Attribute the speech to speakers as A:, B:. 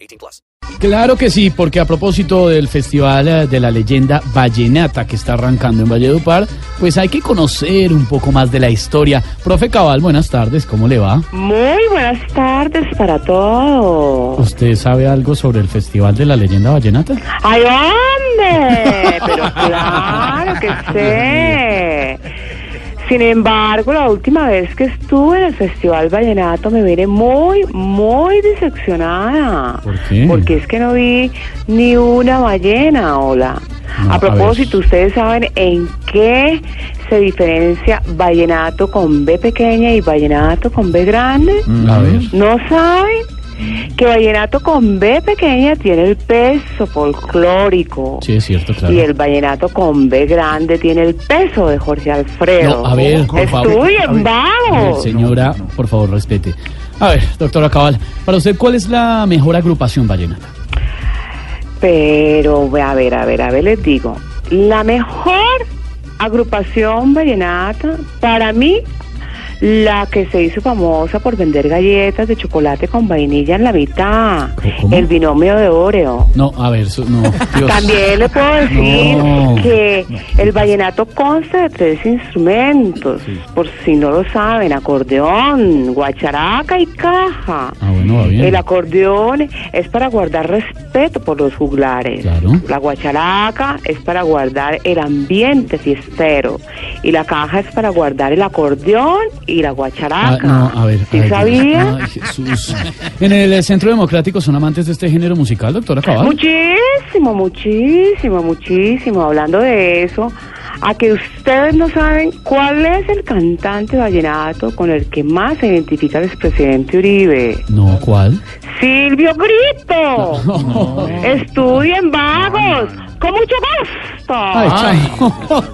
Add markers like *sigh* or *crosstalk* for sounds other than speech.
A: 18 plus.
B: Claro que sí, porque a propósito del Festival eh, de la Leyenda Vallenata que está arrancando en Valledupar, pues hay que conocer un poco más de la historia. Profe Cabal, buenas tardes, ¿cómo le va?
C: Muy buenas tardes para todos.
B: ¿Usted sabe algo sobre el Festival de la Leyenda Vallenata?
C: ¡Ay, hombre! Pero claro
B: *laughs*
C: que sé. Sin embargo, la última vez que estuve en el Festival Vallenato me vine muy, muy decepcionada.
B: ¿Por qué?
C: Porque es que no vi ni una ballena, hola.
B: No, a
C: a propósito,
B: ver.
C: ¿ustedes saben en qué se diferencia vallenato con B pequeña y vallenato con B grande?
B: A ver.
C: ¿No saben? Que vallenato con B pequeña tiene el peso folclórico.
B: Sí, es cierto, claro.
C: Y el vallenato con B grande tiene el peso de Jorge Alfredo.
B: No, a ver, por favor. A
C: Estudien,
B: ver,
C: vamos.
B: Señora, por favor, respete. A ver, doctora Cabal, para usted, ¿cuál es la mejor agrupación vallenata?
C: Pero, a ver, a ver, a ver, les digo. La mejor agrupación vallenata, para mí, la que se hizo famosa por vender galletas de chocolate con vainilla en la mitad.
B: ¿Cómo?
C: El binomio de Oreo.
B: No, a ver, su-
C: *laughs*
B: no, Dios.
C: También le puedo decir
B: No.
C: que el vallenato consta de tres instrumentos, por si no lo saben, acordeón, guacharaca y caja.
B: Ah, bueno, va bien.
C: El acordeón es para guardar respeto por los juglares.
B: Claro.
C: La guacharaca es para guardar el ambiente fiestero. Y la caja es para guardar el acordeón y la
B: Ah,
C: guacharaca.
B: no, a ver. Ah,
C: ¿Sí
B: ay,
C: sabía?
B: Ay, Jesús. En el eh, Centro Democrático son amantes de este género musical, doctora Cabal.
C: Muchísimo, muchísimo, muchísimo. Hablando de eso, a que ustedes no saben cuál es el cantante vallenato con el que más se identifica el expresidente Uribe.
B: No,
C: *laughs*
B: ¿cuál?
C: Silvio Grito.
B: *laughs*
C: Estudien vagos. Con mucho gusto.
B: Ay, chao.